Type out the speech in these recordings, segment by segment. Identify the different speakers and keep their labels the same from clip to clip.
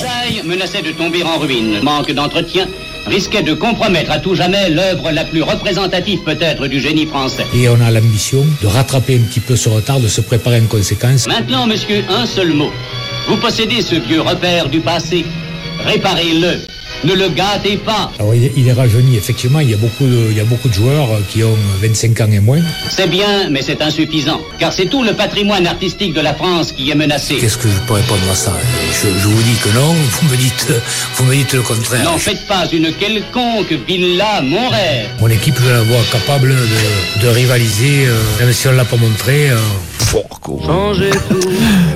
Speaker 1: L'Allemagne menaçait de tomber en ruine. Manque d'entretien risquait de compromettre à tout jamais l'œuvre la plus représentative peut-être du génie français.
Speaker 2: Et on a l'ambition de rattraper un petit peu ce retard, de se préparer en conséquence.
Speaker 1: Maintenant, monsieur, un seul mot. Vous possédez ce vieux repère du passé. Réparez-le. Ne le gâtez pas.
Speaker 2: Alors, il, il est rajeuni, effectivement. Il y, a beaucoup de, il y a beaucoup de joueurs euh, qui ont 25 ans et moins.
Speaker 1: C'est bien, mais c'est insuffisant. Car c'est tout le patrimoine artistique de la France qui est menacé.
Speaker 2: Qu'est-ce que je peux répondre à ça je, je vous dis que non, vous me dites, vous me dites le contraire.
Speaker 1: N'en faites pas une quelconque villa, mon rêve.
Speaker 2: Mon équipe, je la vois capable de, de rivaliser, euh, même si on ne l'a pas montré. euh,
Speaker 3: Changez tout.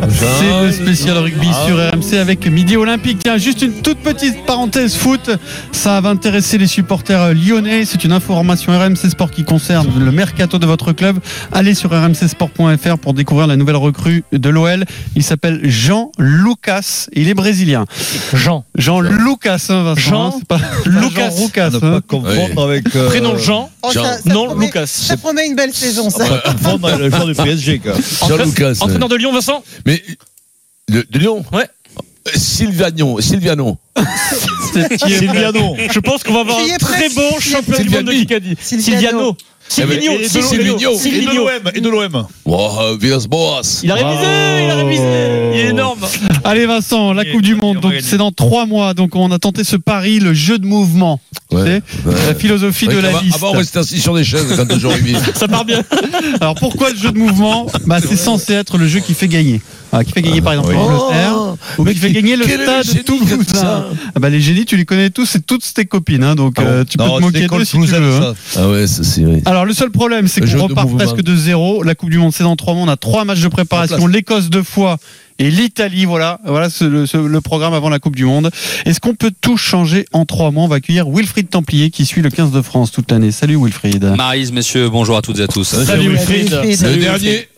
Speaker 4: C'est le spécial rugby sur RMC avec Midi Olympique. Tiens, juste une toute petite parenthèse foot. Ça va intéresser les supporters lyonnais. C'est une information RMC Sport qui concerne le mercato de votre club. Allez sur rmcsport.fr pour découvrir la nouvelle recrue de l'OL. Il s'appelle Jean Lucas. Il est brésilien.
Speaker 5: Jean.
Speaker 4: Jean Lucas, hein, Vincent.
Speaker 5: Jean. Ah,
Speaker 4: hein, c'est pas
Speaker 5: Jean
Speaker 4: Lucas.
Speaker 5: Roucas.
Speaker 4: hein.
Speaker 6: Ne pas confondre avec. euh,
Speaker 5: Prénom Jean,
Speaker 7: Oh, ça, ça
Speaker 5: non
Speaker 7: promet,
Speaker 5: Lucas.
Speaker 7: ça promet une belle saison, ça.
Speaker 6: pas confondre avec le joueur du PSG, quoi.
Speaker 5: Entraîneur-
Speaker 8: Lucas, ouais.
Speaker 5: Entraîneur de Lyon, Vincent
Speaker 8: Mais de, de Lyon
Speaker 5: Ouais.
Speaker 8: Euh, Silvagnon, Silviano.
Speaker 6: Silviano.
Speaker 5: Je pense qu'on va avoir
Speaker 7: J'y ai
Speaker 5: un très
Speaker 7: presque.
Speaker 5: bon champion du monde de
Speaker 8: Silviani.
Speaker 5: Kikadi.
Speaker 7: Silviano.
Speaker 5: Silviano.
Speaker 8: Eh
Speaker 5: Silvino.
Speaker 8: ben, et Silvino.
Speaker 6: Et de
Speaker 5: Silvino.
Speaker 6: l'OM. Et de l'OM.
Speaker 8: Oh, euh, Villas-Boas.
Speaker 5: Il a révisé, il a révisé. Il est énorme.
Speaker 6: Ah
Speaker 4: Allez Vincent, la
Speaker 5: Et-
Speaker 4: Coupe du Monde,
Speaker 5: et on
Speaker 4: donc
Speaker 5: va gagner.
Speaker 4: c'est dans trois mois. Donc on a tenté ce pari, le jeu de mouvement,
Speaker 8: Ouais,
Speaker 4: tu sais,
Speaker 8: ouais.
Speaker 4: la philosophie de
Speaker 8: Ouais,
Speaker 4: la
Speaker 8: avant,
Speaker 4: liste.
Speaker 8: avant, on restait assis sur des chaises quand le jour est venu.
Speaker 5: Ça part bien.
Speaker 4: Alors pourquoi le jeu de mouvement Bah c'est censé être le jeu qui fait gagner. Ah, qui fait gagner par exemple
Speaker 8: oui.
Speaker 4: l'Angleterre
Speaker 6: Hein
Speaker 4: ou qui fait gagner le
Speaker 8: Oh, quel est le
Speaker 4: stade
Speaker 8: génie qui a fait
Speaker 4: toulousain.
Speaker 8: ça
Speaker 4: Ah bah les génies, tu les connais tous, c'est toutes tes copines, hein,
Speaker 5: Ah
Speaker 4: donc euh, tu peux
Speaker 6: Non,
Speaker 4: te moquer
Speaker 6: c'est
Speaker 4: d'eux
Speaker 6: contre
Speaker 4: si tu
Speaker 6: Toulouse,
Speaker 4: veux. hein.
Speaker 6: ça.
Speaker 8: Ah ouais, ça c'est vrai.
Speaker 4: Alors le seul problème, c'est
Speaker 8: Le jeu
Speaker 4: qu'on
Speaker 8: de
Speaker 4: repart
Speaker 8: mouvement.
Speaker 4: presque de zéro. La Coupe du Monde, c'est dans trois mois. On a trois matchs de préparation.
Speaker 8: Trois
Speaker 4: L'Écosse deux fois et l'Italie. Voilà, voilà ce- le, ce- le programme avant la Coupe du Monde. Est-ce qu'on peut tout changer en trois mois On va accueillir Wilfried Templier qui suit le 15 de France toute l'année. Salut Wilfried.
Speaker 9: Marise, messieurs, bonjour à toutes et à tous.
Speaker 6: Salut,
Speaker 8: Le dernier,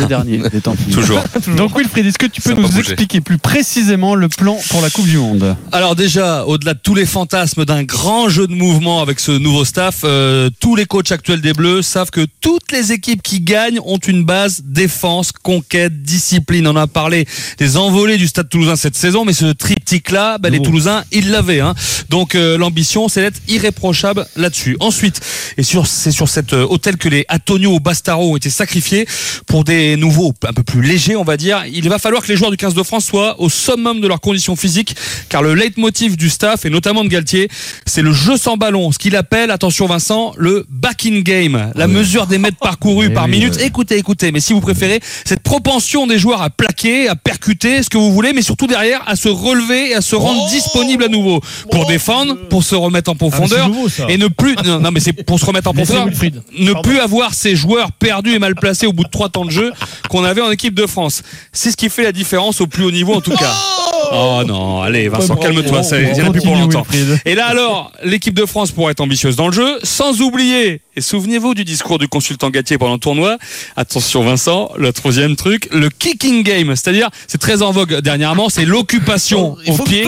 Speaker 4: Le dernier des Templiers.
Speaker 9: Toujours.
Speaker 4: Donc Wilfried, est-ce que tu peux
Speaker 9: Ça a pas
Speaker 4: nous
Speaker 9: bougé.
Speaker 4: expliquer plus précisément le plan pour la Coupe du Monde
Speaker 9: Alors déjà, au-delà de tous les fantasmes d'un grand jeu de mouvement avec ce nouveau staff, euh, tous les coachs actuels des Bleus savent que toutes les équipes qui gagnent ont une base défense, conquête, discipline. On a parlé des envolées du Stade Toulousain cette saison, mais ce triptyque-là, bah, les Toulousains, ils l'avaient. hein. Donc euh, l'ambition, c'est d'être irréprochable là-dessus. Ensuite, et sur c'est sur cet euh, hôtel que les Antonio Bastaro ont été sacrifiés pour des nouveaux un peu plus légers, on va dire. Il va falloir que les joueurs du 15 de France soient au summum de leurs conditions physiques, car le leitmotiv du staff et notamment de Galtier, c'est le jeu sans ballon, ce qu'il appelle, attention Vincent, le back in game, la mesure des mètres parcourus par minute. Écoutez, écoutez, mais si vous préférez, cette propension des joueurs à plaquer, à percuter, ce que vous voulez, mais surtout derrière à se relever et à se rendre disponible à nouveau pour défendre, pour se remettre en profondeur et ne plus non, non, mais c'est pour se remettre en profondeur ne plus avoir ces joueurs perdus et mal placés au bout de trois temps de jeu qu'on avait en équipe de France c'est ce qui fait la différence au plus haut niveau en tout cas oh non allez Vincent calme-toi ça y en a plus pour
Speaker 4: Continue,
Speaker 9: longtemps
Speaker 4: Wilfried.
Speaker 9: et là alors, l'équipe de France pourra être ambitieuse dans le jeu, sans oublier, et souvenez-vous du discours du consultant Gatier pendant le tournoi, attention Vincent, le troisième truc, le kicking game, c'est-à-dire, c'est très en vogue dernièrement, c'est l'occupation au pied.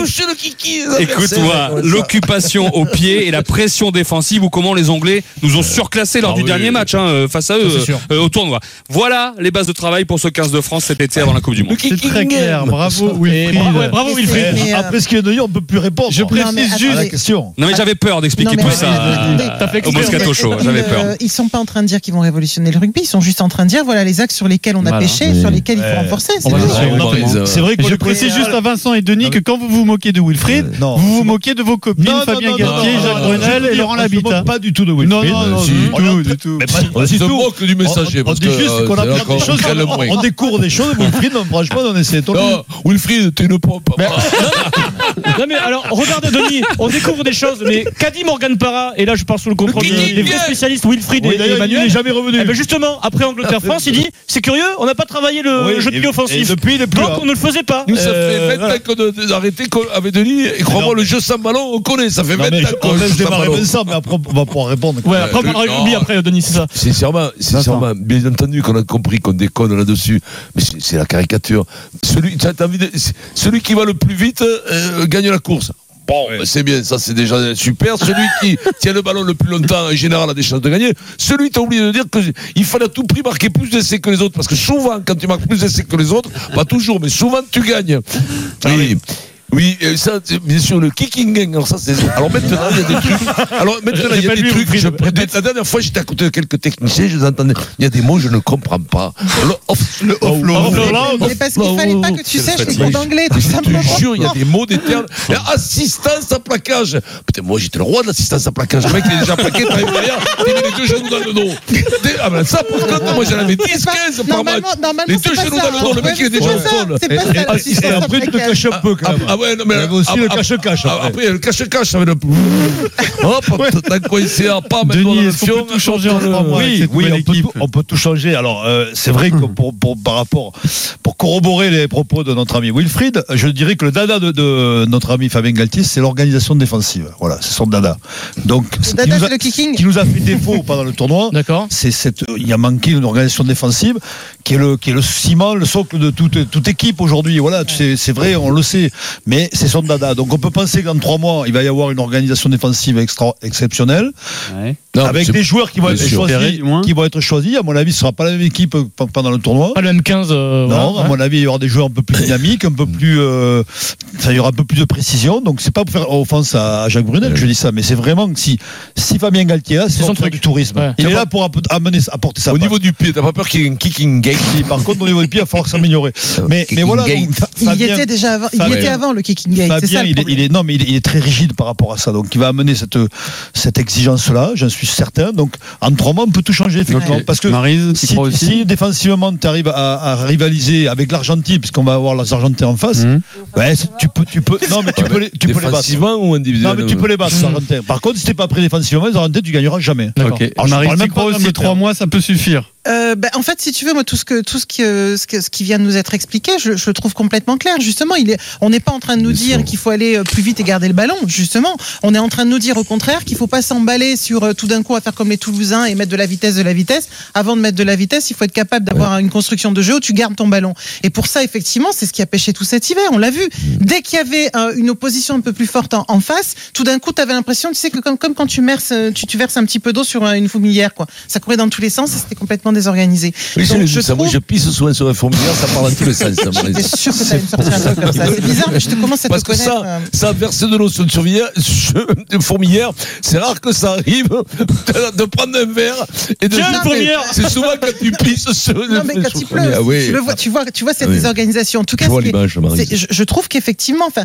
Speaker 9: Écoute-moi, l'occupation au pied et la pression défensive ou comment les Anglais nous ont surclassés lors
Speaker 8: ah
Speaker 9: du
Speaker 8: oui.
Speaker 9: dernier match hein, euh, face à eux euh, au tournoi. Voilà les bases de travail pour ce 15 de France cet été avant la Coupe du Monde.
Speaker 4: C'est très clair. Bravo Wilfried.
Speaker 6: bravo, ouais,
Speaker 7: bravo, Wilfried.
Speaker 6: Eh, Après ce qu'il y a de dire, on ne peut plus répondre.
Speaker 4: Je précise
Speaker 6: Non,
Speaker 7: mais
Speaker 6: mais à la
Speaker 4: juste.
Speaker 6: question.
Speaker 9: Non mais j'avais peur d'expliquer
Speaker 7: Non,
Speaker 9: tout
Speaker 7: mais
Speaker 9: ça
Speaker 7: attendez,
Speaker 9: euh, au Moscato Show, j'avais peur.
Speaker 7: Euh, Ils sont pas en train de dire qu'ils vont révolutionner le rugby, ils sont juste en train de dire voilà les axes sur lesquels on a
Speaker 4: Voilà.
Speaker 7: pêché,
Speaker 8: Oui.
Speaker 7: sur lesquels il
Speaker 6: Ouais.
Speaker 7: faut renforcer. c'est
Speaker 4: On va
Speaker 7: tout.
Speaker 4: les suivre.
Speaker 8: on
Speaker 4: Exactement.
Speaker 8: brise, euh,
Speaker 6: C'est vrai que
Speaker 4: Et je
Speaker 6: le
Speaker 4: précise
Speaker 6: précise
Speaker 4: juste à Vincent et Denis
Speaker 6: Non,
Speaker 4: que quand vous vous moquez de Wilfried,
Speaker 6: Non.
Speaker 4: vous vous moquez de vos copines
Speaker 6: Non, non,
Speaker 4: Fabien
Speaker 6: non,
Speaker 4: Galtier,
Speaker 6: non,
Speaker 4: Jacques
Speaker 6: non,
Speaker 4: Brunel
Speaker 6: non,
Speaker 4: et Laurent
Speaker 6: on se moque
Speaker 4: Labitat.
Speaker 6: pas du tout de
Speaker 4: Non,
Speaker 6: Wilfried.
Speaker 4: non, non,
Speaker 8: si.
Speaker 4: du tout, du tout.
Speaker 6: Mais pas-
Speaker 8: on
Speaker 6: c'est
Speaker 8: se
Speaker 6: tout.
Speaker 8: moque du messager.
Speaker 6: On- on
Speaker 8: parce
Speaker 6: dit
Speaker 8: que,
Speaker 6: juste
Speaker 8: euh,
Speaker 6: qu'on
Speaker 8: c'est là
Speaker 6: apprend
Speaker 8: qu'on
Speaker 6: des choses.
Speaker 8: calme le
Speaker 6: on-
Speaker 8: moins.
Speaker 6: On découvre des choses. Wilfried, non, franchement, on essaie. Toi,
Speaker 8: Ah, Wilfried, t'es une pompe.
Speaker 5: Non mais alors, regardez Denis, on découvre des choses, mais qu'a dit Morgan Parra Et là, je parle sous le contrôle
Speaker 8: Le
Speaker 5: des,
Speaker 8: kicking
Speaker 5: des vrais
Speaker 8: game.
Speaker 5: spécialistes Wilfried
Speaker 6: Oui,
Speaker 5: et
Speaker 6: d'ailleurs, il
Speaker 5: Emmanuel.
Speaker 6: n'est jamais revenu.
Speaker 5: Eh ben justement, après Angleterre-France, il dit c'est curieux, on n'a pas travaillé le
Speaker 6: Oui,
Speaker 5: Euh, jeu de
Speaker 6: et-
Speaker 5: pied
Speaker 6: et
Speaker 5: offensif.
Speaker 6: Depuis, il est plus
Speaker 5: Donc
Speaker 6: là.
Speaker 4: hein.
Speaker 5: on ne le faisait pas.
Speaker 8: Nous, ça
Speaker 6: Euh,
Speaker 8: fait 20
Speaker 6: voilà.
Speaker 8: ans qu'on a- on a arrêté qu'on- avec Denis. Et crois-moi, le jeu sans ballon, on connaît. Ça fait
Speaker 6: Non,
Speaker 8: 20
Speaker 6: mais
Speaker 8: ans
Speaker 6: je-
Speaker 8: qu'on
Speaker 6: on
Speaker 8: joue
Speaker 6: laisse
Speaker 8: sans
Speaker 6: démarrer
Speaker 8: ballon.
Speaker 6: Vincent, mais après, on va pouvoir répondre.
Speaker 5: Ouais, après on
Speaker 8: Euh,
Speaker 5: parlera
Speaker 8: non.
Speaker 5: rugby après, Denis, c'est ça.
Speaker 8: Sincèrement, sincèrement, bien entendu qu'on a compris qu'on déconne là-dessus, mais c'est c'est la caricature. Celui, t'as- t'as envie de- c'est- celui qui va le plus vite euh, gagne la course. Bon, ben, c'est bien, ça c'est déjà super. Celui qui tient le ballon le plus longtemps, en général, a des chances de gagner. Celui, t'as oublié de dire qu'il fallait à tout prix marquer plus d'essais que les autres, parce que souvent, quand tu marques plus d'essais que les autres, pas toujours, mais souvent tu gagnes. Ah Oui. Oui, et ça, c'est- bien sûr, le kicking gang. Alors, ça, c'est... Alors maintenant, il y a des trucs. Alors maintenant, il y a des trucs. je- La dernière fois, j'étais à côté de quelques techniciens, je les entendais. Il y a des mots, je ne comprends pas. Le off- le offload. oh,
Speaker 7: Mais parce qu'il fallait pas que tu saches les cours d'anglais, tout simplement.
Speaker 8: Je te jure, il y a des mots, des termes. La assistance à plaquage. Putain, moi j'étais le roi de l'assistance à plaquage. Le mec, il est déjà plaqué, t'arrives derrière, il met les deux genoux dans le dos. Des- Ah ben ça, pour contre, moi j'en avais 10, 15 par match.
Speaker 7: Normalement, normalement,
Speaker 8: Les
Speaker 7: c'est
Speaker 8: deux
Speaker 7: pas
Speaker 8: genoux
Speaker 7: ça.
Speaker 8: dans le dos, le mec, il est
Speaker 7: C'est
Speaker 8: déjà
Speaker 7: pas
Speaker 8: au
Speaker 7: ça,
Speaker 8: sol.
Speaker 7: c'est pas ça,
Speaker 8: Et-
Speaker 7: l'assistance
Speaker 8: et-
Speaker 7: à
Speaker 4: Après, tu te
Speaker 7: plaquage.
Speaker 4: caches un peu quand
Speaker 8: Ah,
Speaker 4: même.
Speaker 8: ah ouais, non, mais
Speaker 4: Il y avait aussi
Speaker 8: ah,
Speaker 4: le
Speaker 8: ah,
Speaker 4: cache-cache.
Speaker 8: ah,
Speaker 4: après.
Speaker 8: Après, il y a le cache-cache, ça avait le. Hop, t'as coincé un pas, maintenant dans
Speaker 5: Denis,
Speaker 8: le
Speaker 5: est-ce qu'on peut
Speaker 8: fion.
Speaker 5: tout changer en
Speaker 4: Trois
Speaker 5: euh,
Speaker 4: mois
Speaker 5: oui,
Speaker 4: avec cette
Speaker 5: oui,
Speaker 4: nouvelle
Speaker 5: on peut
Speaker 4: équipe.
Speaker 5: tout-
Speaker 4: on peut tout changer. Alors, euh, c'est vrai que pour, pour- par rapport, pour corroborer les propos de notre ami Wilfried, je dirais que le dada de, de notre ami Fabien Galtis, c'est l'organisation défensive. Voilà, c'est son dada. Donc, ce qui
Speaker 7: Dada,
Speaker 4: nous a-
Speaker 7: c'est le kicking.
Speaker 4: qui nous a fait défaut pendant le tournoi,
Speaker 10: D'accord.
Speaker 4: c'est cette, il a manqué une organisation défensive qui est le, qui est le ciment, le socle de toute, toute équipe aujourd'hui. Voilà, c'est, c'est vrai, on le sait, mais c'est son dada. Donc on peut penser qu'en trois mois, il va y avoir une organisation défensive extra, exceptionnelle,
Speaker 8: Non,
Speaker 4: avec
Speaker 8: c'est-
Speaker 4: des joueurs qui vont
Speaker 8: bien
Speaker 4: être
Speaker 8: sûr.
Speaker 5: Ferré,
Speaker 4: choisis,
Speaker 5: du moins.
Speaker 4: qui vont être choisis. À mon avis, ce sera pas la même équipe que pe- pendant le tournoi.
Speaker 10: Pas le M15. euh,
Speaker 4: Non,
Speaker 10: voilà,
Speaker 4: à
Speaker 10: ouais.
Speaker 4: mon avis, il y aura des joueurs un peu plus dynamiques, un peu plus, euh, ça il y aura un peu plus de précision. Donc c'est pas pour faire offense à Jacques Brunel que je dis ça, mais c'est vraiment que si si Fabien Galtier est là, c'est
Speaker 10: son
Speaker 4: son truc
Speaker 10: truc.
Speaker 4: du tourisme.
Speaker 10: Ouais.
Speaker 4: Il est là pour app- amener, apporter ça.
Speaker 8: Au niveau du pied, t'as pas peur qu'il y ait une kicking gang
Speaker 4: par contre, au niveau du pied, il va falloir s'améliorer.
Speaker 5: Euh,
Speaker 4: Mais, mais
Speaker 8: Kicking
Speaker 4: voilà,
Speaker 8: gate.
Speaker 4: donc, Fa-
Speaker 7: Il y
Speaker 4: Fabien-
Speaker 7: était déjà avant, il y
Speaker 4: Fabien-
Speaker 7: était avant le kicking gate, c'est
Speaker 4: Fabien,
Speaker 7: ça le
Speaker 4: il est,
Speaker 7: problème.
Speaker 4: il est- non, mais il est, il est très rigide par rapport à ça. Donc, il va amener cette, cette exigence-là, j'en suis certain. Donc, en trois mois, on peut tout changer, effectivement.
Speaker 5: Ok.
Speaker 4: Parce que
Speaker 5: Maryse, tu
Speaker 4: si,
Speaker 5: crois aussi
Speaker 4: si défensivement, tu arrives à, à rivaliser avec l'Argentine, puisqu'on va avoir les Argentins en face,
Speaker 5: Mhm.
Speaker 4: ouais, c'est- tu peux, tu peux, non, mais tu peux les, tu peux les battre.
Speaker 8: Défensivement ou
Speaker 4: Non, mais
Speaker 8: individuellement
Speaker 4: tu
Speaker 5: euh,
Speaker 4: peux les battre, les Argentins. Par contre, si t'es pas prêt défensivement, les Argentins, tu gagneras jamais. Alors,
Speaker 5: Ok.
Speaker 4: je
Speaker 5: Marie,
Speaker 4: parle
Speaker 5: tu
Speaker 4: même
Speaker 5: crois
Speaker 4: pas
Speaker 5: aussi
Speaker 4: d'Angleterre.
Speaker 5: trois mois, ça peut suffire.
Speaker 7: Euh, ben, en fait, si tu veux, moi, tout ce que tout ce qui euh, ce, que- ce qui vient de nous être expliqué, je, je le trouve complètement clair. Justement, il est, on n'est pas en train de nous dire qu'il faut aller euh, plus vite et garder le ballon. Justement, on est en train de nous dire au contraire qu'il faut pas s'emballer sur euh, tout d'un coup à faire comme les Toulousains et mettre de la vitesse, de la vitesse. Avant de mettre de la vitesse, il faut être capable d'avoir une construction de jeu où tu gardes ton ballon. Et pour ça, effectivement, c'est ce qui a pêché tout cet hiver. On l'a vu. Dès qu'il y avait euh, une opposition un peu plus forte en, en face, tout d'un coup, tu avais l'impression, tu sais, que comme, comme quand tu, merses, euh, tu, tu verses un petit peu d'eau sur euh, une fourmilière, quoi. Ça courait dans tous les sens et c'était complètement désorganisé.
Speaker 8: Oui,
Speaker 7: Donc,
Speaker 8: c'est
Speaker 7: je
Speaker 8: je ça. Moi,
Speaker 7: trouve-
Speaker 8: je pisse souvent sur un fourmilière, ça parle à tous les sens. ça, Maurice.
Speaker 7: J'étais sûr que ça allait me sortir un peu comme ça. C'est bizarre, mais je te commence à
Speaker 8: Parce
Speaker 7: te
Speaker 8: que
Speaker 7: connaître.
Speaker 8: ça,
Speaker 7: euh.
Speaker 6: hein.
Speaker 8: ça a versé de l'eau sur une fourmilière, une fourmilière, c'est rare que ça arrive de prendre un verre et de.
Speaker 10: Tiens,
Speaker 7: Non, mais-
Speaker 10: première
Speaker 8: C'est souvent quand tu pisses sur une
Speaker 7: Non, mais quand il pleut,
Speaker 8: fourmilière. Ah Oui.
Speaker 7: tu, le vois, ah tu, vois, tu vois cette
Speaker 8: Oui.
Speaker 7: désorganisation. En tout cas,
Speaker 8: Je vois
Speaker 7: ce qui est-
Speaker 8: l'image, Marie.
Speaker 7: c'est- je, je trouve qu'effectivement, enfin,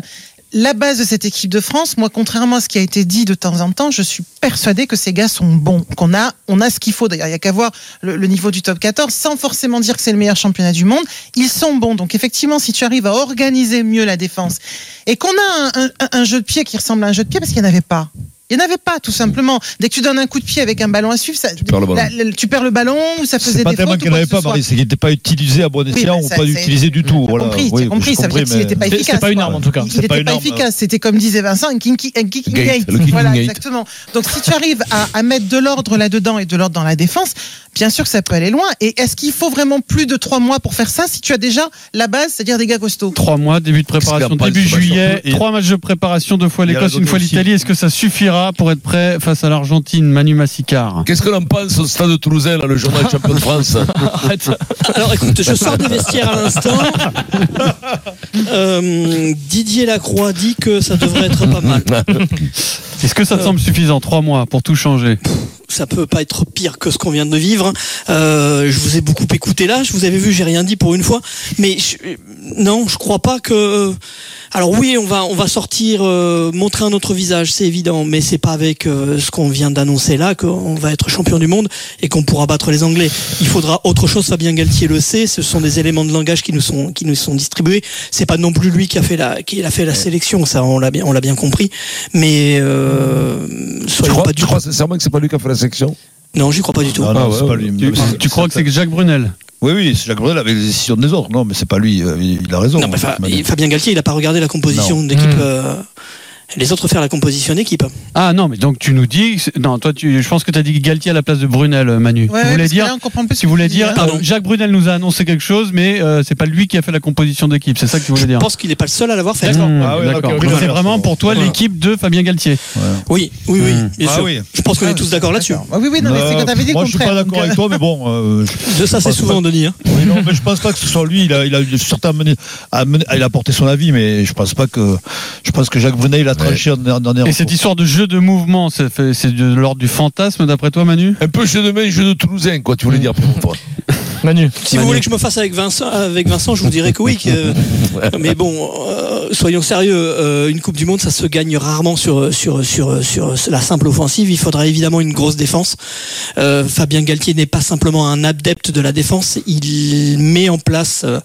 Speaker 7: la base de cette équipe de France, moi, contrairement à ce qui a été dit de temps en temps, je suis persuadé que ces gars sont bons, qu'on a, on a ce qu'il faut. D'ailleurs, il n'y a qu'à voir le, le niveau du top 14, sans forcément dire que c'est le meilleur championnat du monde. Ils sont bons. Donc, effectivement, si tu arrives à organiser mieux la défense et qu'on a un, un- un jeu de pied qui ressemble à un jeu de pied, parce qu'il n'y en avait pas. Il n'y en avait pas, tout simplement. Dès que tu donnes un coup de pied avec un ballon à suivre, ça, tu,
Speaker 8: perds le ballon.
Speaker 7: tu perds le ballon ou ça faisait
Speaker 4: C'est pas
Speaker 7: des fautes.
Speaker 4: tellement
Speaker 7: ou
Speaker 4: qu'il
Speaker 7: quoi
Speaker 4: n'avait
Speaker 7: que ce
Speaker 4: pas,
Speaker 7: soit.
Speaker 4: Marie, c'est qu'il n'était pas utilisé à bon escient
Speaker 7: mais
Speaker 4: ou
Speaker 7: ça,
Speaker 4: pas
Speaker 7: c'est-
Speaker 4: utilisé du tout.
Speaker 7: T'as
Speaker 4: Voilà.
Speaker 7: compris,
Speaker 4: Oui,
Speaker 7: t'as compris,
Speaker 4: j'ai
Speaker 7: ça veut
Speaker 4: compris,
Speaker 7: dire qu'il
Speaker 4: mais-
Speaker 7: n'était pas
Speaker 10: C'est-
Speaker 7: efficace.
Speaker 10: c'est pas une
Speaker 7: quoi.
Speaker 10: arme, en tout cas.
Speaker 7: Il
Speaker 4: C'est
Speaker 7: n'était
Speaker 4: pas
Speaker 7: pas,
Speaker 4: une arme.
Speaker 7: efficace, c'était comme disait Vincent, un kinky, un kicking
Speaker 8: Gate,
Speaker 7: gate.
Speaker 8: le kicking
Speaker 7: voilà,
Speaker 8: gate.
Speaker 7: exactement. Donc si tu arrives à, à mettre de l'ordre là-dedans et de l'ordre dans la défense, bien sûr que ça peut aller loin. Et est-ce qu'il faut vraiment plus de trois mois pour faire ça si tu as déjà la base, c'est-à-dire des gars costauds
Speaker 5: Trois mois, début de préparation,
Speaker 8: Qu'est-ce qu'il y a
Speaker 5: début
Speaker 8: pas de
Speaker 5: juillet,
Speaker 4: préparation
Speaker 5: trois matchs de préparation, deux fois
Speaker 4: Il y a
Speaker 5: l'Écosse,
Speaker 4: la
Speaker 5: une fois
Speaker 4: Russie.
Speaker 5: l'Italie. Est-ce que ça suffira pour être prêt face à l'Argentine, Manu Massicard
Speaker 8: Qu'est-ce que l'on pense au stade de Toulousain, là, le journal champion de France
Speaker 11: Arrête. Alors écoute, je sors du vestiaire à l'instant. Euh, Didier Lacroix dit que ça devrait être pas mal.
Speaker 5: Est-ce que ça te semble suffisant, trois mois, pour tout changer
Speaker 11: Ça peut pas être pire que ce qu'on vient de vivre. Euh, je vous ai beaucoup écouté là. Je vous avais vu, j'ai rien dit pour une fois. Mais je- non, je crois pas que. Alors oui, on va on va sortir, euh, montrer un autre visage, c'est évident. Mais c'est pas avec euh, ce qu'on vient d'annoncer là qu'on va être champion du monde et qu'on pourra battre les Anglais. Il faudra autre chose. Fabien Galtier le sait. Ce sont des éléments de langage qui nous sont qui nous sont distribués. C'est pas non plus lui qui a fait la qui a fait la sélection. Ça, on l'a bien on l'a bien compris. Mais euh,
Speaker 8: Tu
Speaker 11: soyons
Speaker 8: crois,
Speaker 11: pas
Speaker 8: tu
Speaker 11: du
Speaker 8: crois sincèrement que c'est pas lui qui a fait la section
Speaker 11: non, j'y crois pas du tout.
Speaker 4: Non, non, c'est pas lui.
Speaker 5: Tu,
Speaker 4: Mais c'est-
Speaker 5: tu crois que c'est que Jacques Brunel
Speaker 4: Oui, oui, c'est Jacques Brunel avec les décisions des autres. Non, mais c'est pas lui, euh, il il a raison.
Speaker 11: Non, mais Fa-
Speaker 4: Manu.
Speaker 11: Fabien Galtier, il n'a pas regardé la composition d'équipe. euh, les autres faire la composition d'équipe.
Speaker 4: Ah non, mais donc tu nous dis. Non, toi, tu, je pense que tu as dit Galtier à la place de Brunel, euh, Manu.
Speaker 7: Ouais,
Speaker 4: tu
Speaker 7: ouais,
Speaker 4: voulais
Speaker 7: parce que
Speaker 4: dire,
Speaker 7: là, on comprend plus ce
Speaker 4: tu voulais
Speaker 7: que tu dis,
Speaker 4: dire
Speaker 7: hein.
Speaker 4: euh, Jacques Brunel nous a annoncé quelque chose, mais euh, c'est pas lui qui a fait la composition d'équipe. C'est ça que tu voulais
Speaker 11: Je
Speaker 4: dire
Speaker 11: pense qu'il n'est pas le seul à l'avoir fait.
Speaker 4: Mmh, d'accord. Donc c'est vraiment pour toi
Speaker 11: Voilà.
Speaker 4: l'équipe de Fabien Galtier.
Speaker 11: Oui, oui, oui, bien
Speaker 6: Ah
Speaker 11: sûr.
Speaker 6: oui.
Speaker 11: Je pense qu'on est tous d'accord là-dessus.
Speaker 7: Ah oui, oui, non, mais c'est quand t'avais dit le
Speaker 6: moi, je suis
Speaker 7: contraire,
Speaker 6: pas
Speaker 7: donc,
Speaker 6: d'accord
Speaker 7: euh,
Speaker 6: avec toi, mais bon. euh, je-
Speaker 11: De ça,
Speaker 6: je
Speaker 11: c'est
Speaker 6: pense
Speaker 11: souvent,
Speaker 6: pas-
Speaker 11: Denis. hein.
Speaker 6: Oui, non, mais je pense pas que ce soit lui. Il a, il a eu certains mené- a mené- il a apporté son avis, mais je pense pas que, je pense que Jacques Brunet il a tranché en dernière.
Speaker 4: Et
Speaker 6: recours.
Speaker 4: cette histoire de jeu de mouvement, ça fait- c'est de l'ordre du fantasme d'après toi, Manu
Speaker 8: Un peu jeu de main, jeu de Toulousain, quoi, tu voulais dire pour toi.
Speaker 5: Manu.
Speaker 11: Si vous voulez que je me fasse avec Vincent, avec Vincent, je vous dirais que oui. que- mais bon, euh, soyons sérieux. euh, une Coupe du Monde, ça se gagne rarement sur sur sur sur la simple offensive. Il faudra évidemment une grosse défense. Euh, Fabien Galtier n'est pas simplement un adepte de la défense. Il met en place euh,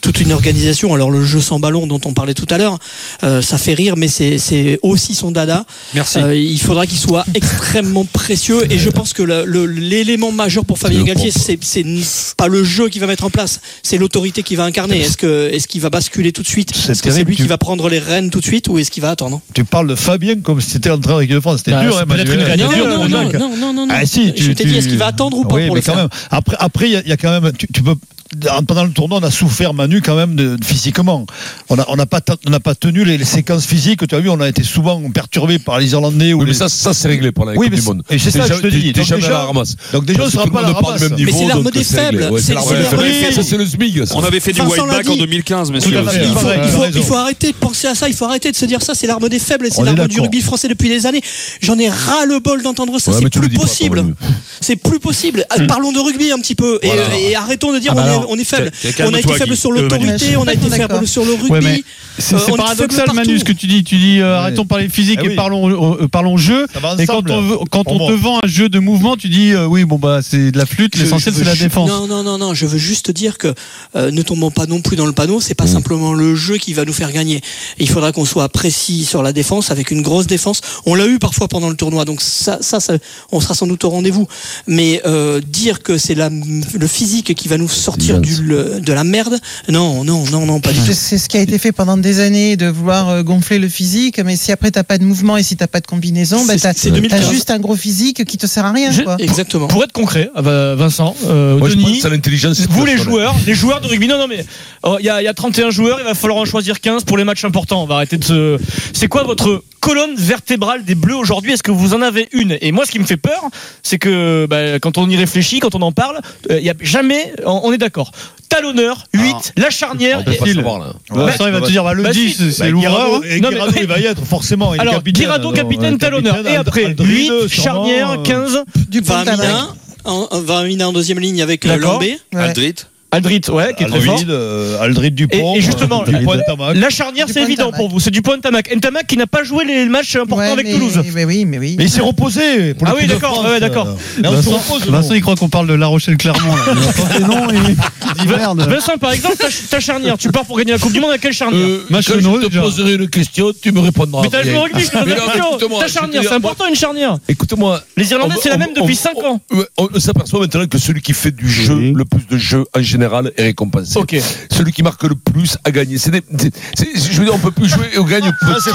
Speaker 11: toute une organisation. Alors le jeu sans ballon dont on parlait tout à l'heure, euh, ça fait rire, mais c'est c'est aussi son dada.
Speaker 9: Merci.
Speaker 11: Euh, il faudra qu'il soit extrêmement précieux et je pense que le- le- l'élément majeur pour Fabien Galtier, c'est c'est n- pas le jeu qu'il va mettre en place, c'est l'autorité qu'il va incarner. Est-ce que est-ce qu'il va basculer tout de suite
Speaker 6: C'est
Speaker 11: Est-ce que c'est
Speaker 6: terrible,
Speaker 11: lui
Speaker 6: tu-
Speaker 11: qui va prendre les rênes tout de suite ou est-ce qu'il va attendre
Speaker 6: Tu parles de Fabien comme si c'était l'entraîneur de l'équipe de France. C'était
Speaker 5: Bah,
Speaker 6: dur,
Speaker 5: c'est
Speaker 6: hein,
Speaker 5: peut-être
Speaker 6: Manuel.
Speaker 5: une
Speaker 6: C'était
Speaker 4: euh,
Speaker 11: non,
Speaker 5: gagnante,
Speaker 6: dur,
Speaker 11: non,
Speaker 6: le
Speaker 11: non,
Speaker 6: mec.
Speaker 11: non, non, non, non.
Speaker 6: Ah si, tu,
Speaker 11: je t'ai
Speaker 6: tu-
Speaker 11: dit est-ce qu'il va attendre ou pas
Speaker 6: Oui,
Speaker 11: pour
Speaker 6: mais
Speaker 11: le
Speaker 6: quand
Speaker 11: faire
Speaker 6: même. Après, après, il y, a- il y a quand même. Tu, tu peux dans- pendant le tournoi, on a souffert Manu quand même de, de- physiquement. On n'a on n'a pas ten- on n'a pas tenu les, les séquences physiques. que Tu as vu, on a été souvent perturbés par les Irlandais ou
Speaker 8: Oui, mais
Speaker 6: les-
Speaker 8: ça, ça c'est réglé pour la
Speaker 6: Oui,
Speaker 8: Coupe
Speaker 6: mais
Speaker 8: du
Speaker 6: c'est-
Speaker 8: Monde.
Speaker 6: et c'est ça que je te dis.
Speaker 8: T'es
Speaker 6: Donc
Speaker 8: jamais à
Speaker 6: déjà-
Speaker 8: la ramasse.
Speaker 6: donc déjà, on
Speaker 8: Parce que
Speaker 6: sera
Speaker 8: tout le
Speaker 6: pas à la
Speaker 8: monde parle
Speaker 6: ramasse.
Speaker 8: du même
Speaker 6: Mais
Speaker 8: niveau,
Speaker 11: c'est l'arme
Speaker 8: donc
Speaker 11: des
Speaker 8: réglé.
Speaker 11: faibles.
Speaker 8: Ouais,
Speaker 11: C'est-
Speaker 8: c'est l'arme
Speaker 11: c'est
Speaker 8: des
Speaker 11: l'arme des
Speaker 8: faibles.
Speaker 11: faibles.
Speaker 8: Ça, c'est le SMIG. ça.
Speaker 9: On avait fait du
Speaker 11: Vincent
Speaker 9: white
Speaker 11: l'a
Speaker 9: back
Speaker 11: dit.
Speaker 9: en 2015,
Speaker 6: Tout
Speaker 9: messieurs.
Speaker 6: à fait.
Speaker 11: Il
Speaker 6: Ah,
Speaker 11: faut,
Speaker 6: ouais,
Speaker 11: il, faut,
Speaker 6: raison.
Speaker 11: il faut arrêter de penser à ça, il faut arrêter de se dire ça, c'est l'arme des faibles, c'est
Speaker 6: On est
Speaker 11: l'arme du
Speaker 6: d'accord.
Speaker 11: rugby français depuis des années. J'en ai ras le bol d'entendre ça,
Speaker 8: Ouais,
Speaker 11: c'est
Speaker 8: mais tu
Speaker 11: plus
Speaker 8: le dis pas, toi,
Speaker 11: possible.
Speaker 8: Manu.
Speaker 11: C'est plus possible. Ah, Parlons de rugby un petit peu et,
Speaker 8: Voilà.
Speaker 11: et arrêtons de dire
Speaker 5: Ah bah
Speaker 11: on, est,
Speaker 5: alors,
Speaker 11: on est faible.
Speaker 9: t'es- t'es
Speaker 11: On a été
Speaker 9: calme-toi,
Speaker 11: faible
Speaker 9: Guy.
Speaker 11: sur
Speaker 9: Euh,
Speaker 11: l'autorité,
Speaker 7: Manu.
Speaker 11: on a été
Speaker 7: D'accord.
Speaker 11: faible sur le rugby.
Speaker 4: Ouais, mais C'est
Speaker 11: euh,
Speaker 4: c'est
Speaker 11: on est
Speaker 4: paradoxal,
Speaker 11: faible
Speaker 4: Manu, ce que
Speaker 11: partout.
Speaker 4: tu dis. Tu dis, euh, arrêtons de parler physique
Speaker 6: Eh
Speaker 4: et
Speaker 6: oui.
Speaker 4: parlons, euh, parlons jeu.
Speaker 6: Ça va
Speaker 4: Et quand
Speaker 6: ensemble.
Speaker 4: on, veut- quand
Speaker 6: Pour
Speaker 4: on
Speaker 6: moi.
Speaker 4: te vend un jeu de mouvement, tu dis, euh, oui, bon, bah, c'est de la flûte,
Speaker 11: Je-
Speaker 4: l'essentiel,
Speaker 11: je
Speaker 4: c'est
Speaker 11: veux
Speaker 4: la
Speaker 11: ju-
Speaker 4: défense.
Speaker 11: Non, non, non, non, je veux juste dire que euh, ne tombons pas non plus dans le panneau, c'est pas simplement le jeu qui va nous faire gagner. Il faudra qu'on soit précis sur la défense, avec une grosse défense. On l'a eu parfois pendant le tournoi, donc ça, ça, ça on sera sans doute au rendez-vous. Mais euh, dire que c'est la- le physique qui va nous sortir du, le- de la merde, non, non, non, non, pas du tout.
Speaker 7: C'est- C'est ce qui a été fait pendant des années de vouloir euh, gonfler le physique, mais si après t'as pas de mouvement et si t'as pas de combinaison, bah
Speaker 11: C'est-
Speaker 7: t'as
Speaker 11: c'est
Speaker 7: t'as
Speaker 11: 2015.
Speaker 7: juste un gros physique qui te sert à rien.
Speaker 5: Je-
Speaker 7: Quoi.
Speaker 11: Exactement.
Speaker 5: Pour être concret, euh, Vincent, euh,
Speaker 8: Moi, je
Speaker 5: Denis,
Speaker 8: pense à l'intelligence.
Speaker 5: vous les
Speaker 8: personnelle.
Speaker 5: joueurs, les joueurs de rugby, non, non, mais oh, il y, a, il y a 31 joueurs, il va falloir en choisir 15 pour les matchs importants. On va arrêter de se. C'est quoi votre colonne vertébrale des Bleus aujourd'hui Est-ce que vous en avez une Et moi, ce qui me fait peur, c'est que bah, quand on y réfléchit, quand on en parle, euh, il y a jamais, on, on est d'accord. Talonneur, 8,
Speaker 4: Alors,
Speaker 5: la charnière.
Speaker 8: Ah. On peut pas
Speaker 4: Phil.
Speaker 8: savoir, là.
Speaker 4: Bah, Vincent, il va te dire, bah, le
Speaker 5: Bah,
Speaker 4: 10,
Speaker 5: si.
Speaker 4: c'est
Speaker 6: Bah,
Speaker 4: l'ouvreur.
Speaker 6: Guirado- et
Speaker 5: Non, mais-
Speaker 6: Guirado, il va y être forcément. il est
Speaker 5: Alors,
Speaker 6: capitaine,
Speaker 5: Guirado,
Speaker 6: donc,
Speaker 5: capitaine,
Speaker 6: euh,
Speaker 5: talonneur. Et
Speaker 6: Ad-
Speaker 5: après,
Speaker 6: Aldridge,
Speaker 5: 8,
Speaker 6: sûrement,
Speaker 5: charnière,
Speaker 6: euh,
Speaker 5: 15.
Speaker 7: Du point
Speaker 11: Vamina, en, en- Vamina en deuxième ligne avec euh,
Speaker 5: D'accord.
Speaker 11: Lambé.
Speaker 7: Ouais.
Speaker 9: Aldrit.
Speaker 5: Aldrit, ouais, qui est très fort.
Speaker 6: Aldrid, euh, Aldrid Dupont.
Speaker 5: Et- et justement,
Speaker 6: euh, Dupont,
Speaker 5: Aldrid-
Speaker 6: Tamac.
Speaker 5: La charnière,
Speaker 7: Du
Speaker 5: c'est
Speaker 7: point
Speaker 5: évident
Speaker 7: Tamac.
Speaker 5: pour vous. C'est du point Tamac. Ntamak qui n'a pas joué les matchs importants
Speaker 7: Ouais,
Speaker 5: avec
Speaker 7: mais-
Speaker 5: Toulouse.
Speaker 7: mais oui, mais oui.
Speaker 6: Mais il s'est reposé. Pour le
Speaker 5: Ah oui,
Speaker 6: Coupe de
Speaker 5: d'accord,
Speaker 6: France,
Speaker 5: ouais,
Speaker 6: euh,
Speaker 5: d'accord.
Speaker 6: là, on se
Speaker 4: Vincent,
Speaker 6: repose,
Speaker 4: Vincent, il croit qu'on parle de La Rochelle-Clermont. là. Il entend les noms et il dit merde.
Speaker 5: Vincent, par exemple, ta, ta charnière, tu pars pour gagner la Coupe du Monde à quelle charnière
Speaker 8: Euh, quand
Speaker 4: Match
Speaker 8: je
Speaker 4: Renault,
Speaker 8: te
Speaker 4: déjà.
Speaker 8: poserai une question, tu me répondras.
Speaker 5: Mais t'as joué au rugby, je te pose
Speaker 8: Ah, Mais
Speaker 5: la
Speaker 8: non,
Speaker 5: question.
Speaker 8: écoute-moi,
Speaker 5: Ta
Speaker 8: je vais te
Speaker 5: charnière,
Speaker 8: dire-
Speaker 5: c'est important une charnière.
Speaker 8: Écoute-moi.
Speaker 5: Les Irlandais,
Speaker 8: on-
Speaker 5: c'est la
Speaker 8: on-
Speaker 5: même
Speaker 8: on-
Speaker 5: depuis
Speaker 8: on-
Speaker 5: 5 ans.
Speaker 8: Ouais, On, on s'aperçoit maintenant que celui qui fait du jeu,
Speaker 4: Oui.
Speaker 8: le plus de jeux en général, est récompensé.
Speaker 5: Ok.
Speaker 8: Celui qui marque le plus a gagné. C'est des- c'est- c'est- je veux dire, on peut plus jouer et on gagne au
Speaker 6: Ah,
Speaker 8: petit.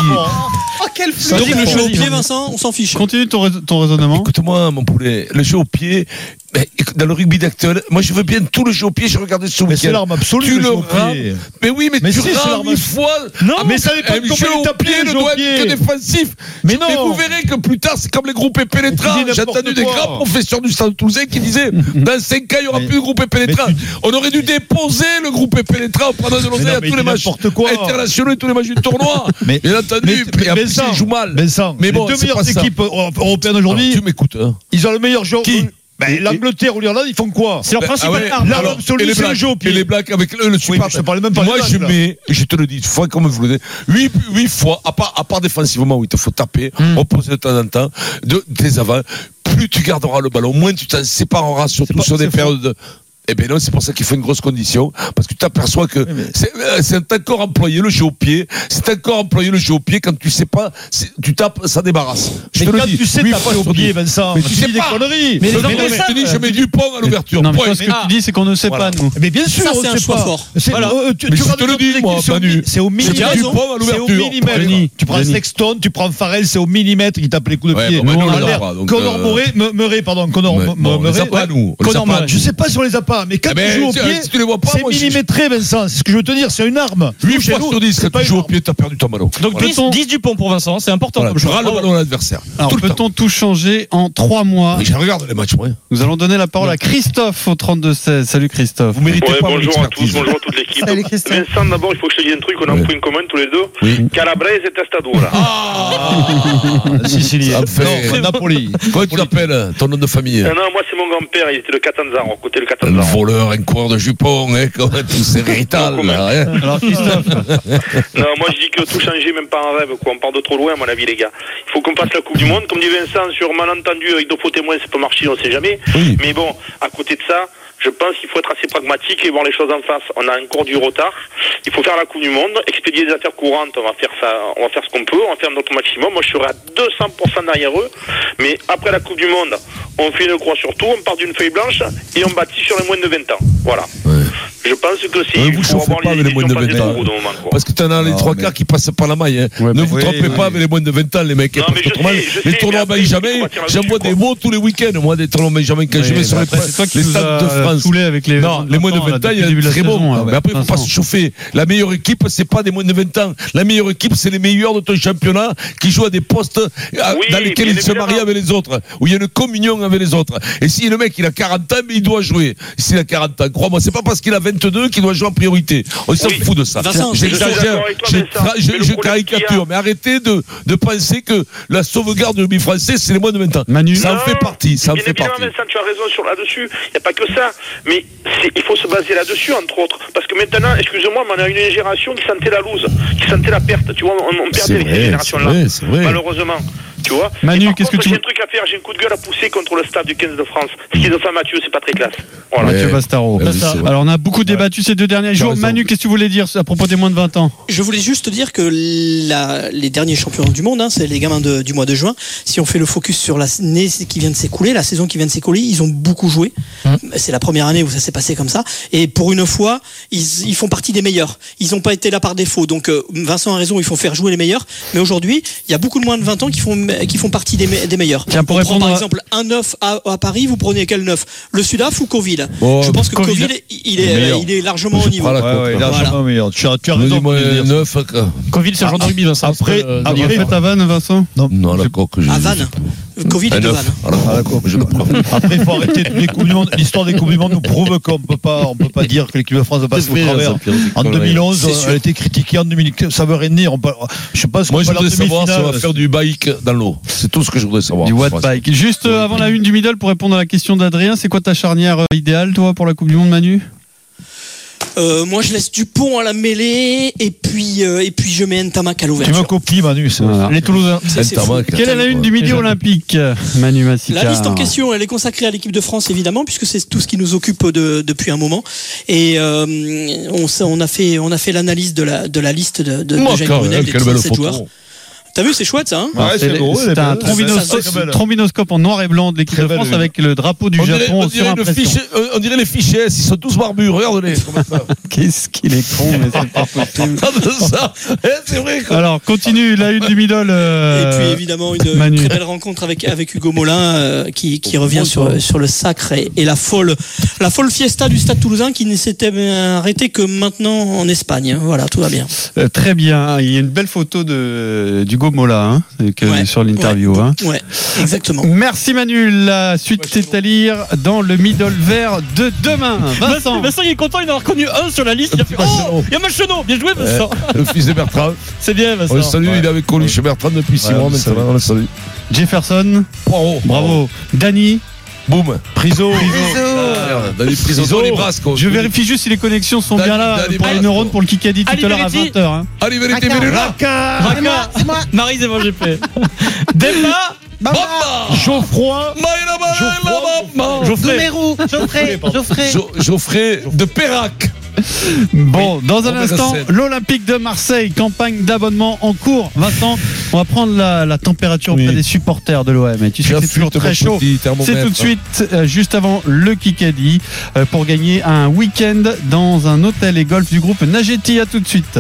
Speaker 7: Oh, quel
Speaker 6: hein. Ça,
Speaker 11: Donc
Speaker 6: c'est
Speaker 11: le
Speaker 6: fort.
Speaker 11: jeu au pied, Vincent, on s'en fiche.
Speaker 4: Continue ton, rais- ton raisonnement.
Speaker 8: Écoute-moi, mon poulet, le jeu au pied, ben, écoute, dans le rugby d'actuel, moi je veux bien tout le jeu au pied, je regardais ce
Speaker 6: Mais c'est
Speaker 8: week-end.
Speaker 6: l'arme absolue.
Speaker 8: Tu
Speaker 6: le
Speaker 8: le
Speaker 6: jeu au pied.
Speaker 8: rames. Mais oui, mais,
Speaker 6: Mais
Speaker 8: tu
Speaker 6: si, c'est
Speaker 8: rames
Speaker 6: l'arme
Speaker 8: une
Speaker 6: à-
Speaker 8: fois.
Speaker 5: Non,
Speaker 8: Ah,
Speaker 6: mais ça dépend de
Speaker 8: un
Speaker 6: combien
Speaker 8: jeu
Speaker 6: il
Speaker 8: au
Speaker 6: tape
Speaker 8: pied
Speaker 6: les
Speaker 8: ne
Speaker 6: jeux au
Speaker 8: doit
Speaker 6: pied.
Speaker 8: être que défensif.
Speaker 6: Mais non.
Speaker 8: Mais vous verrez que plus tard, c'est comme les groupes pénétrants.
Speaker 6: Il dit
Speaker 8: J'ai
Speaker 6: n'importe
Speaker 8: entendu des
Speaker 6: quoi.
Speaker 8: grands professeurs du Stade Toulousain qui disaient dans 5 ans, il n'y aura
Speaker 6: Mais-
Speaker 8: plus de groupe pénétrant.
Speaker 6: mais tu dis-
Speaker 8: On aurait dû déposer le groupe pénétrant en prenant de
Speaker 6: Mais
Speaker 8: l'oseille
Speaker 6: non,
Speaker 8: à
Speaker 6: mais
Speaker 8: tous
Speaker 6: il
Speaker 8: les
Speaker 6: dit
Speaker 8: matchs
Speaker 6: n'importe quoi.
Speaker 8: internationaux et tous les matchs du tournoi.
Speaker 6: Mais-
Speaker 8: Bien entendu,
Speaker 6: mais-
Speaker 8: et en
Speaker 6: mais
Speaker 8: plus,
Speaker 6: ça-
Speaker 8: ils jouent mal.
Speaker 6: Vincent,
Speaker 8: Mais
Speaker 6: les
Speaker 8: bon,
Speaker 6: deux
Speaker 8: c'est pas
Speaker 6: meilleures
Speaker 8: ça.
Speaker 6: équipes euro- européennes
Speaker 8: Alors,
Speaker 6: aujourd'hui,
Speaker 8: Tu m'écoutes, hein.
Speaker 6: ils ont le meilleur joueur.
Speaker 8: Qui
Speaker 6: Ben, L'Angleterre ou l'Irlande, ils font quoi Ben,
Speaker 5: C'est leur
Speaker 8: Ah
Speaker 5: principale
Speaker 8: ouais,
Speaker 5: arme.
Speaker 6: L'arme
Speaker 8: alors,
Speaker 6: absolue,
Speaker 8: et les
Speaker 6: c'est le
Speaker 8: Blacks,
Speaker 6: jeu au pied.
Speaker 8: Et les blacks avec le, le super.
Speaker 6: mais je te parlais même pas
Speaker 8: Moi,
Speaker 6: des
Speaker 8: je
Speaker 6: Blacks, là.
Speaker 8: mets, je te le dis, fois comme vous le dites, 8, fois, à part, à part défensivement où il te faut taper,
Speaker 6: Hmm.
Speaker 8: opposer de temps en temps, de, des avants, plus tu garderas le ballon, moins tu t'en sépareras, surtout
Speaker 6: pas-
Speaker 8: sur des
Speaker 6: c'est
Speaker 8: périodes de. Eh bien non, c'est pour ça qu'il faut une grosse condition, parce que tu t'aperçois que c'est euh, c'est encore employé le jeu au pied, c'est encore employé le jeu au pied quand tu sais pas, c'est- tu tapes, ça débarrasse. Je
Speaker 6: Mais
Speaker 8: te le
Speaker 6: quand
Speaker 8: dis.
Speaker 6: tu sais,
Speaker 8: Lui,
Speaker 6: t'as pas
Speaker 8: faut
Speaker 6: au
Speaker 8: dire.
Speaker 6: pied, Vincent.
Speaker 8: Mais tu
Speaker 6: Tu
Speaker 8: sais
Speaker 6: dis des
Speaker 8: pas.
Speaker 6: conneries.
Speaker 8: Mais
Speaker 6: Mais non, mais
Speaker 8: je te
Speaker 6: ça-
Speaker 8: dis, je mets du pont à l'ouverture.
Speaker 4: Non, mais
Speaker 8: Point.
Speaker 4: toi, ce que
Speaker 8: Ah.
Speaker 4: tu dis, c'est qu'on ne sait
Speaker 8: Voilà.
Speaker 4: pas, nous.
Speaker 6: Mais bien sûr,
Speaker 11: Ça,
Speaker 6: on
Speaker 11: c'est un
Speaker 6: sait
Speaker 11: choix
Speaker 6: pas.
Speaker 11: fort.
Speaker 6: C'est-
Speaker 5: Voilà.
Speaker 6: euh, tu-
Speaker 8: Mais
Speaker 6: tu
Speaker 8: je te
Speaker 6: regardes
Speaker 8: le
Speaker 6: comme
Speaker 8: dis,
Speaker 6: des
Speaker 8: moi,
Speaker 6: équipes, c'est au
Speaker 8: Manu.
Speaker 6: mi- C'est au
Speaker 8: Je te dis,
Speaker 6: millimètre.
Speaker 8: tu pommes à
Speaker 6: C'est au
Speaker 8: l'ouverture.
Speaker 6: millimètre.
Speaker 4: Denis,
Speaker 6: Tu prends
Speaker 4: Denis.
Speaker 6: Sexton, tu prends Farrell, c'est au millimètre qui tape les coups de
Speaker 8: Ouais,
Speaker 6: pied.
Speaker 8: bon, ben, nous, on les a
Speaker 6: Albert,
Speaker 8: pas, donc,
Speaker 6: Connor
Speaker 8: euh,
Speaker 6: Murray, Me- Murray, pardon, Connor
Speaker 8: Ouais,
Speaker 6: Me-
Speaker 8: bon, on les a
Speaker 6: Murray,
Speaker 8: pas,
Speaker 6: ouais.
Speaker 8: nous, on les a
Speaker 6: Connor
Speaker 8: pas,
Speaker 6: Murray.
Speaker 8: nous.
Speaker 6: Je sais pas si on les a pas, mais quand tu
Speaker 8: Eh ben,
Speaker 6: joues au
Speaker 8: si-
Speaker 6: pied,
Speaker 8: si tu les vois pas,
Speaker 6: c'est
Speaker 8: moi, je-
Speaker 6: millimétré, Vincent. C'est ce que je veux te dire, c'est une arme.
Speaker 8: 8
Speaker 6: Chez
Speaker 8: fois
Speaker 6: nous,
Speaker 8: sur 10,
Speaker 6: c'est
Speaker 8: quand
Speaker 6: pas
Speaker 8: tu
Speaker 6: une
Speaker 8: joues au
Speaker 6: arme.
Speaker 8: pied, t'as perdu ton ballon.
Speaker 5: Donc
Speaker 8: Voilà.
Speaker 5: 10, 10 du pont pour Vincent, c'est important
Speaker 8: Voilà,
Speaker 5: comme
Speaker 8: tu
Speaker 5: choix.
Speaker 8: râles le ballon à l'adversaire.
Speaker 4: Alors,
Speaker 8: Tout le temps.
Speaker 4: peut-on tout changer en trois mois
Speaker 8: Oui, Je regarde les matchs, moi. hein.
Speaker 4: Nous allons donner la parole à Christophe au 32-16. Salut Christophe.
Speaker 8: Vous méritez
Speaker 12: Ouais,
Speaker 8: pas mon
Speaker 12: bonjour à tous,
Speaker 8: expertise.
Speaker 12: bonjour à toute l'équipe.
Speaker 7: Salut, Christian.
Speaker 12: Vincent, d'abord, il faut que je te dise un truc, on a
Speaker 8: Ouais.
Speaker 12: un point commun tous les deux.
Speaker 8: Oui.
Speaker 12: Calabrese et Testadura.
Speaker 7: Ah.
Speaker 8: Ça
Speaker 6: Sicilien.
Speaker 8: me fait-
Speaker 6: Non, Napoli.
Speaker 8: Comment tu l'appelles, hein, ton nom de famille
Speaker 12: Non, non, moi, c'est mon grand-père, il était le Catanzaro, côté le
Speaker 8: Un
Speaker 12: Catanzaro.
Speaker 8: voleur, un coureur de jupons, hein, comme tous ces
Speaker 12: Non,
Speaker 8: rétals,
Speaker 12: comment
Speaker 8: là, hein.
Speaker 4: Alors Christophe,
Speaker 12: Non, moi, je dis que tout changer, même pas en rêve, quoi. On part de trop loin, à mon avis, les gars. Il faut qu'on passe la Coupe du Monde. Comme dit Vincent, sur malentendu, avec deux faux témoins, ça peut marcher, on sait jamais.
Speaker 8: Oui.
Speaker 12: Mais bon, à côté de ça, je pense qu'il faut être assez pragmatique et voir les choses en face. On a encore du retard. Il faut faire la Coupe du Monde, expédier les affaires courantes. On va faire ça, on va faire ce qu'on peut, on va faire notre maximum. Moi, je serai à 200% derrière eux. Mais après la Coupe du Monde, on fait une croix sur tout, on part d'une feuille blanche et on bâtit sur les moins de 20 ans. Voilà. Je pense que c'est.
Speaker 8: Ouais,
Speaker 12: il
Speaker 8: vous
Speaker 12: faut
Speaker 8: chauffez
Speaker 12: avoir
Speaker 8: pas avec les
Speaker 12: décisions
Speaker 8: moins de
Speaker 12: passées
Speaker 8: 20 ans.
Speaker 12: au bout d'un moment, quoi.
Speaker 8: Parce que t'en as les
Speaker 6: Non,
Speaker 8: trois
Speaker 6: mais-
Speaker 8: quarts qui passent par la maille. hein.
Speaker 4: Ouais,
Speaker 8: ne
Speaker 4: mais
Speaker 8: vous
Speaker 6: oui,
Speaker 8: trompez
Speaker 6: oui.
Speaker 8: pas avec les moins de 20 ans, les mecs.
Speaker 12: Non,
Speaker 8: parce
Speaker 12: mais
Speaker 8: que
Speaker 12: je
Speaker 8: autrement,
Speaker 12: sais, je
Speaker 8: les
Speaker 12: sais,
Speaker 8: tournois
Speaker 12: mais après,
Speaker 8: Benjamin,
Speaker 12: on va tirer dessus,
Speaker 8: j'envoie
Speaker 12: quoi.
Speaker 8: des mots tous les week-ends, moi, des tournois Benjamin, quand je vais sur les,
Speaker 4: bah, après, c'est toi qui
Speaker 8: les
Speaker 4: nous
Speaker 8: stades
Speaker 4: as,
Speaker 8: de France.
Speaker 4: saoulés avec les
Speaker 8: non, euh, les moins de euh, 20 ans, il y a des très bons.
Speaker 4: hein. Bah,
Speaker 8: mais après, il ne faut pas se chauffer. La meilleure équipe, c'est pas des moins de 20 ans. La meilleure équipe, c'est les meilleurs de ton championnat qui jouent à des postes à-
Speaker 12: Oui,
Speaker 8: dans lesquels
Speaker 12: bien
Speaker 8: ils se
Speaker 12: évidemment.
Speaker 8: marient avec les autres, où il y a une communion avec les autres. Et si le mec, il a 40 ans, mais il doit jouer. S'il a 40 ans, crois-moi, c'est pas parce qu'il a 22 qu'il doit jouer en priorité. On s'en
Speaker 12: Oui.
Speaker 8: fout de ça.
Speaker 9: Vincent, je suis
Speaker 8: J'exagère,
Speaker 12: d'accord avec toi,
Speaker 8: je,
Speaker 12: Vincent.
Speaker 8: tra- je-
Speaker 12: Mais le
Speaker 8: je
Speaker 12: problème qu'il y a-
Speaker 8: caricature, mais arrêtez de, de penser que la sauvegarde du rugby français, c'est les moins de 20 ans.
Speaker 4: Manu.
Speaker 8: Ça en
Speaker 12: Non,
Speaker 8: fait partie, ça en
Speaker 12: bien
Speaker 8: fait
Speaker 12: évidemment,
Speaker 8: partie.
Speaker 12: Vincent, tu as raison sur là-dessus. Il n'y a pas que ça. Mais c'est- il faut se baser là-dessus, entre autres. Parce que maintenant, excusez-moi, mais on a une génération qui sentait la lose, qui sentait la perte. Tu vois, on, on perdait avec cette génération-là.
Speaker 8: c'est vrai.
Speaker 12: Malheureusement. Tu vois
Speaker 4: Manu,
Speaker 12: Et par
Speaker 4: qu'est-ce
Speaker 12: contre,
Speaker 4: que tu
Speaker 12: J'ai un
Speaker 4: veux-
Speaker 12: truc à faire, j'ai un coup de gueule à pousser contre le staff du 15 de France. Ce qu'ils ont fait à Mathieu, c'est pas très classe. Voilà.
Speaker 4: Mathieu Bastaro.
Speaker 8: Ouais, oui, c'est vrai.
Speaker 4: Alors on a beaucoup débattu ces deux derniers jours.
Speaker 8: raison.
Speaker 4: Manu, qu'est-ce que tu voulais dire à propos des moins de 20 ans
Speaker 11: Je voulais juste te dire que la- les derniers champions du monde, hein, c'est les gamins de- du mois de juin. Si on fait le focus sur l'année qui vient de s'écouler, la saison qui vient de s'écouler, ils ont beaucoup joué.
Speaker 8: Mmh.
Speaker 11: C'est la première année où ça s'est passé comme ça. Et pour une fois, ils, ils font partie des meilleurs. Ils n'ont pas été là par défaut. Donc euh, Vincent a raison, il faut faire jouer les meilleurs. Mais aujourd'hui, il y a beaucoup de moins de 20 ans qui font, qui font partie des, me- des meilleurs.
Speaker 4: Tiens, pour
Speaker 11: on prend
Speaker 4: répondre
Speaker 11: par
Speaker 4: à-
Speaker 11: exemple un 9 à, à Paris, vous prenez quel 9 Le Sudaf ou Coville
Speaker 8: Bon,
Speaker 11: Je pense que
Speaker 4: Coville,
Speaker 11: Coville, il,
Speaker 8: Oh, le meilleur.
Speaker 11: est, il est largement au
Speaker 8: Je
Speaker 11: niveau.
Speaker 8: prends la
Speaker 6: Ouais,
Speaker 8: contre.
Speaker 6: ouais,
Speaker 11: Voilà.
Speaker 6: largement meilleur. Tu as tu as
Speaker 8: Le
Speaker 6: raison
Speaker 8: dis-moi
Speaker 6: de le
Speaker 8: les
Speaker 6: dire.
Speaker 8: neuf, euh,
Speaker 5: Covid, c'est le genre de rugby, Vincent.
Speaker 6: Après,
Speaker 5: c'est pas le-
Speaker 6: après,
Speaker 4: Fais ta vanne, Vincent
Speaker 8: Non, la coque, je
Speaker 11: À Vannes. Covid
Speaker 8: Un
Speaker 11: et de
Speaker 8: neuf.
Speaker 11: Vannes.
Speaker 8: À la coque, je le prends.
Speaker 6: Après, il faut arrêter toutes les Coupes du Monde. L'histoire des Coupes du Monde nous prouve qu'on peut pas, on peut pas dire que l'équipe de France va passer au
Speaker 4: euh,
Speaker 6: travers. En 2011,
Speaker 11: C'est sûr.
Speaker 6: elle a été critiquée. En 2015, ça veut rien dire. On peut- je pense
Speaker 8: Moi,
Speaker 6: qu'on
Speaker 8: je
Speaker 6: peut aller en
Speaker 8: voudrais savoir si on va
Speaker 6: demi-finale.
Speaker 8: faire du bike dans l'eau. C'est tout ce que je voudrais savoir.
Speaker 4: Du
Speaker 8: en
Speaker 4: Watt
Speaker 8: France.
Speaker 4: Bike. Juste euh, avant la une du middle, pour répondre à la question d'Adrien, c'est quoi ta charnière euh, idéale, toi, pour la Coupe du Monde, Manu
Speaker 11: Euh, moi, je laisse Dupont à la mêlée et puis euh, et puis je mets Ntamak à
Speaker 6: Tu me
Speaker 11: l'ouverture.
Speaker 6: copies, Manu. c'est-
Speaker 4: Voilà.
Speaker 6: Les Toulousains.
Speaker 11: C'est- c'est
Speaker 8: Elle
Speaker 11: fou.
Speaker 8: tamac.
Speaker 4: Quelle est la une du midi olympique, euh, Manu Massica
Speaker 11: La liste en question, elle est consacrée à l'équipe de France évidemment, puisque c'est tout ce qui nous occupe de- depuis un moment. Et euh, on, s- on a fait on a fait l'analyse de la de la liste de, de, de
Speaker 8: Moi,
Speaker 11: Jacques
Speaker 8: quand
Speaker 11: Brunel,
Speaker 8: même,
Speaker 11: des
Speaker 8: quelle belle
Speaker 11: 37
Speaker 8: photo.
Speaker 11: joueurs. T'as vu, c'est chouette ça. Hein
Speaker 4: Alors,
Speaker 6: Ouais,
Speaker 4: Ah, c'est
Speaker 6: c'est beau, elle est
Speaker 4: c'est un
Speaker 6: belle.
Speaker 4: trombinoscope,
Speaker 6: Ça, c'est belle.
Speaker 4: trombinoscope en noir et blanc de l'équipe
Speaker 6: Très
Speaker 4: de
Speaker 6: belle,
Speaker 4: France
Speaker 6: oui.
Speaker 4: avec le drapeau du
Speaker 8: On dirait,
Speaker 4: Japon
Speaker 8: on dirait
Speaker 4: sur
Speaker 8: une
Speaker 4: impression.
Speaker 8: fiche- euh, on dirait les fichiers, ils sont tous barbus, regarde-les. Comment ça
Speaker 4: Qu'est-ce qu'il est con, mais c'est pas possible.
Speaker 8: Regarde ça. Eh, C'est vrai, quoi.
Speaker 4: Alors, continue la une du middle.
Speaker 11: Et
Speaker 4: euh,
Speaker 11: puis évidemment une
Speaker 4: Manu.
Speaker 11: très belle rencontre avec avec Hugo Molin euh, qui, qui revient sur sur le sacre et, et la folle la folle fiesta du Stade Toulousain qui ne s'était arrêtée que maintenant en Espagne. Voilà, tout va bien.
Speaker 4: euh, très bien. Il y a une belle photo de d'Hugo Mola hein, avec, euh,
Speaker 11: Ouais.
Speaker 4: sur l'interview.
Speaker 11: Ouais.
Speaker 4: hein.
Speaker 11: Ouais, exactement.
Speaker 4: Merci Manu. La suite c'est à lire dans le middle vert de demain. Vincent.
Speaker 5: Vincent, il est content, il en a reconnu un sur la liste. Il a fait Oh Il y a Macheno Bien joué, Vincent
Speaker 8: Le fils de Bertrand.
Speaker 5: C'est bien,
Speaker 8: On
Speaker 4: Oh,
Speaker 8: le
Speaker 5: Vincent.
Speaker 8: salue, il est avec Coluche chez Bertrand depuis 6
Speaker 6: Ouais,
Speaker 8: mois
Speaker 6: on le salue.
Speaker 8: maintenant. On le salue.
Speaker 4: Jefferson.
Speaker 8: Poirot.
Speaker 4: Bravo. Dany.
Speaker 8: Boum.
Speaker 4: Priso.
Speaker 8: Merde, Dans les prisons, dans les brasses, quoi.
Speaker 4: Je vérifie juste si les connexions sont
Speaker 8: Dans-
Speaker 4: bien
Speaker 8: dans
Speaker 4: là
Speaker 8: les
Speaker 4: pour les
Speaker 8: brasses,
Speaker 4: neurones pour le Kikadi tout à l'heure à
Speaker 5: Olivetti.
Speaker 4: 20h. hein.
Speaker 8: Allez, venez,
Speaker 7: Raka.
Speaker 8: venez là.
Speaker 5: Raka
Speaker 7: Ah, C'est moi, c'est moi.
Speaker 5: Marie, c'est mon GP. Demba
Speaker 8: Bamba.
Speaker 4: Geoffroy.
Speaker 8: Maïla, Maïla, Bamba.
Speaker 5: Geoffrey
Speaker 7: Domérou, Geoffrey, Geoffrey.
Speaker 8: Jo- Geoffrey de Perrac.
Speaker 4: Bon, dans un
Speaker 8: on va
Speaker 4: instant,
Speaker 8: passer.
Speaker 4: l'Olympique de Marseille, campagne d'abonnement en cours. Vincent, on va prendre la, la température auprès
Speaker 8: Oui.
Speaker 4: des supporters de l'OM. Et tu sais que c'est
Speaker 8: J'affûte
Speaker 4: toujours
Speaker 8: mon
Speaker 4: très chaud.
Speaker 8: petit thermomètre.
Speaker 4: C'est tout de suite, euh, juste avant le Kikadi, euh, pour gagner un week-end dans un hôtel et golf du groupe Nagetti. À tout de suite.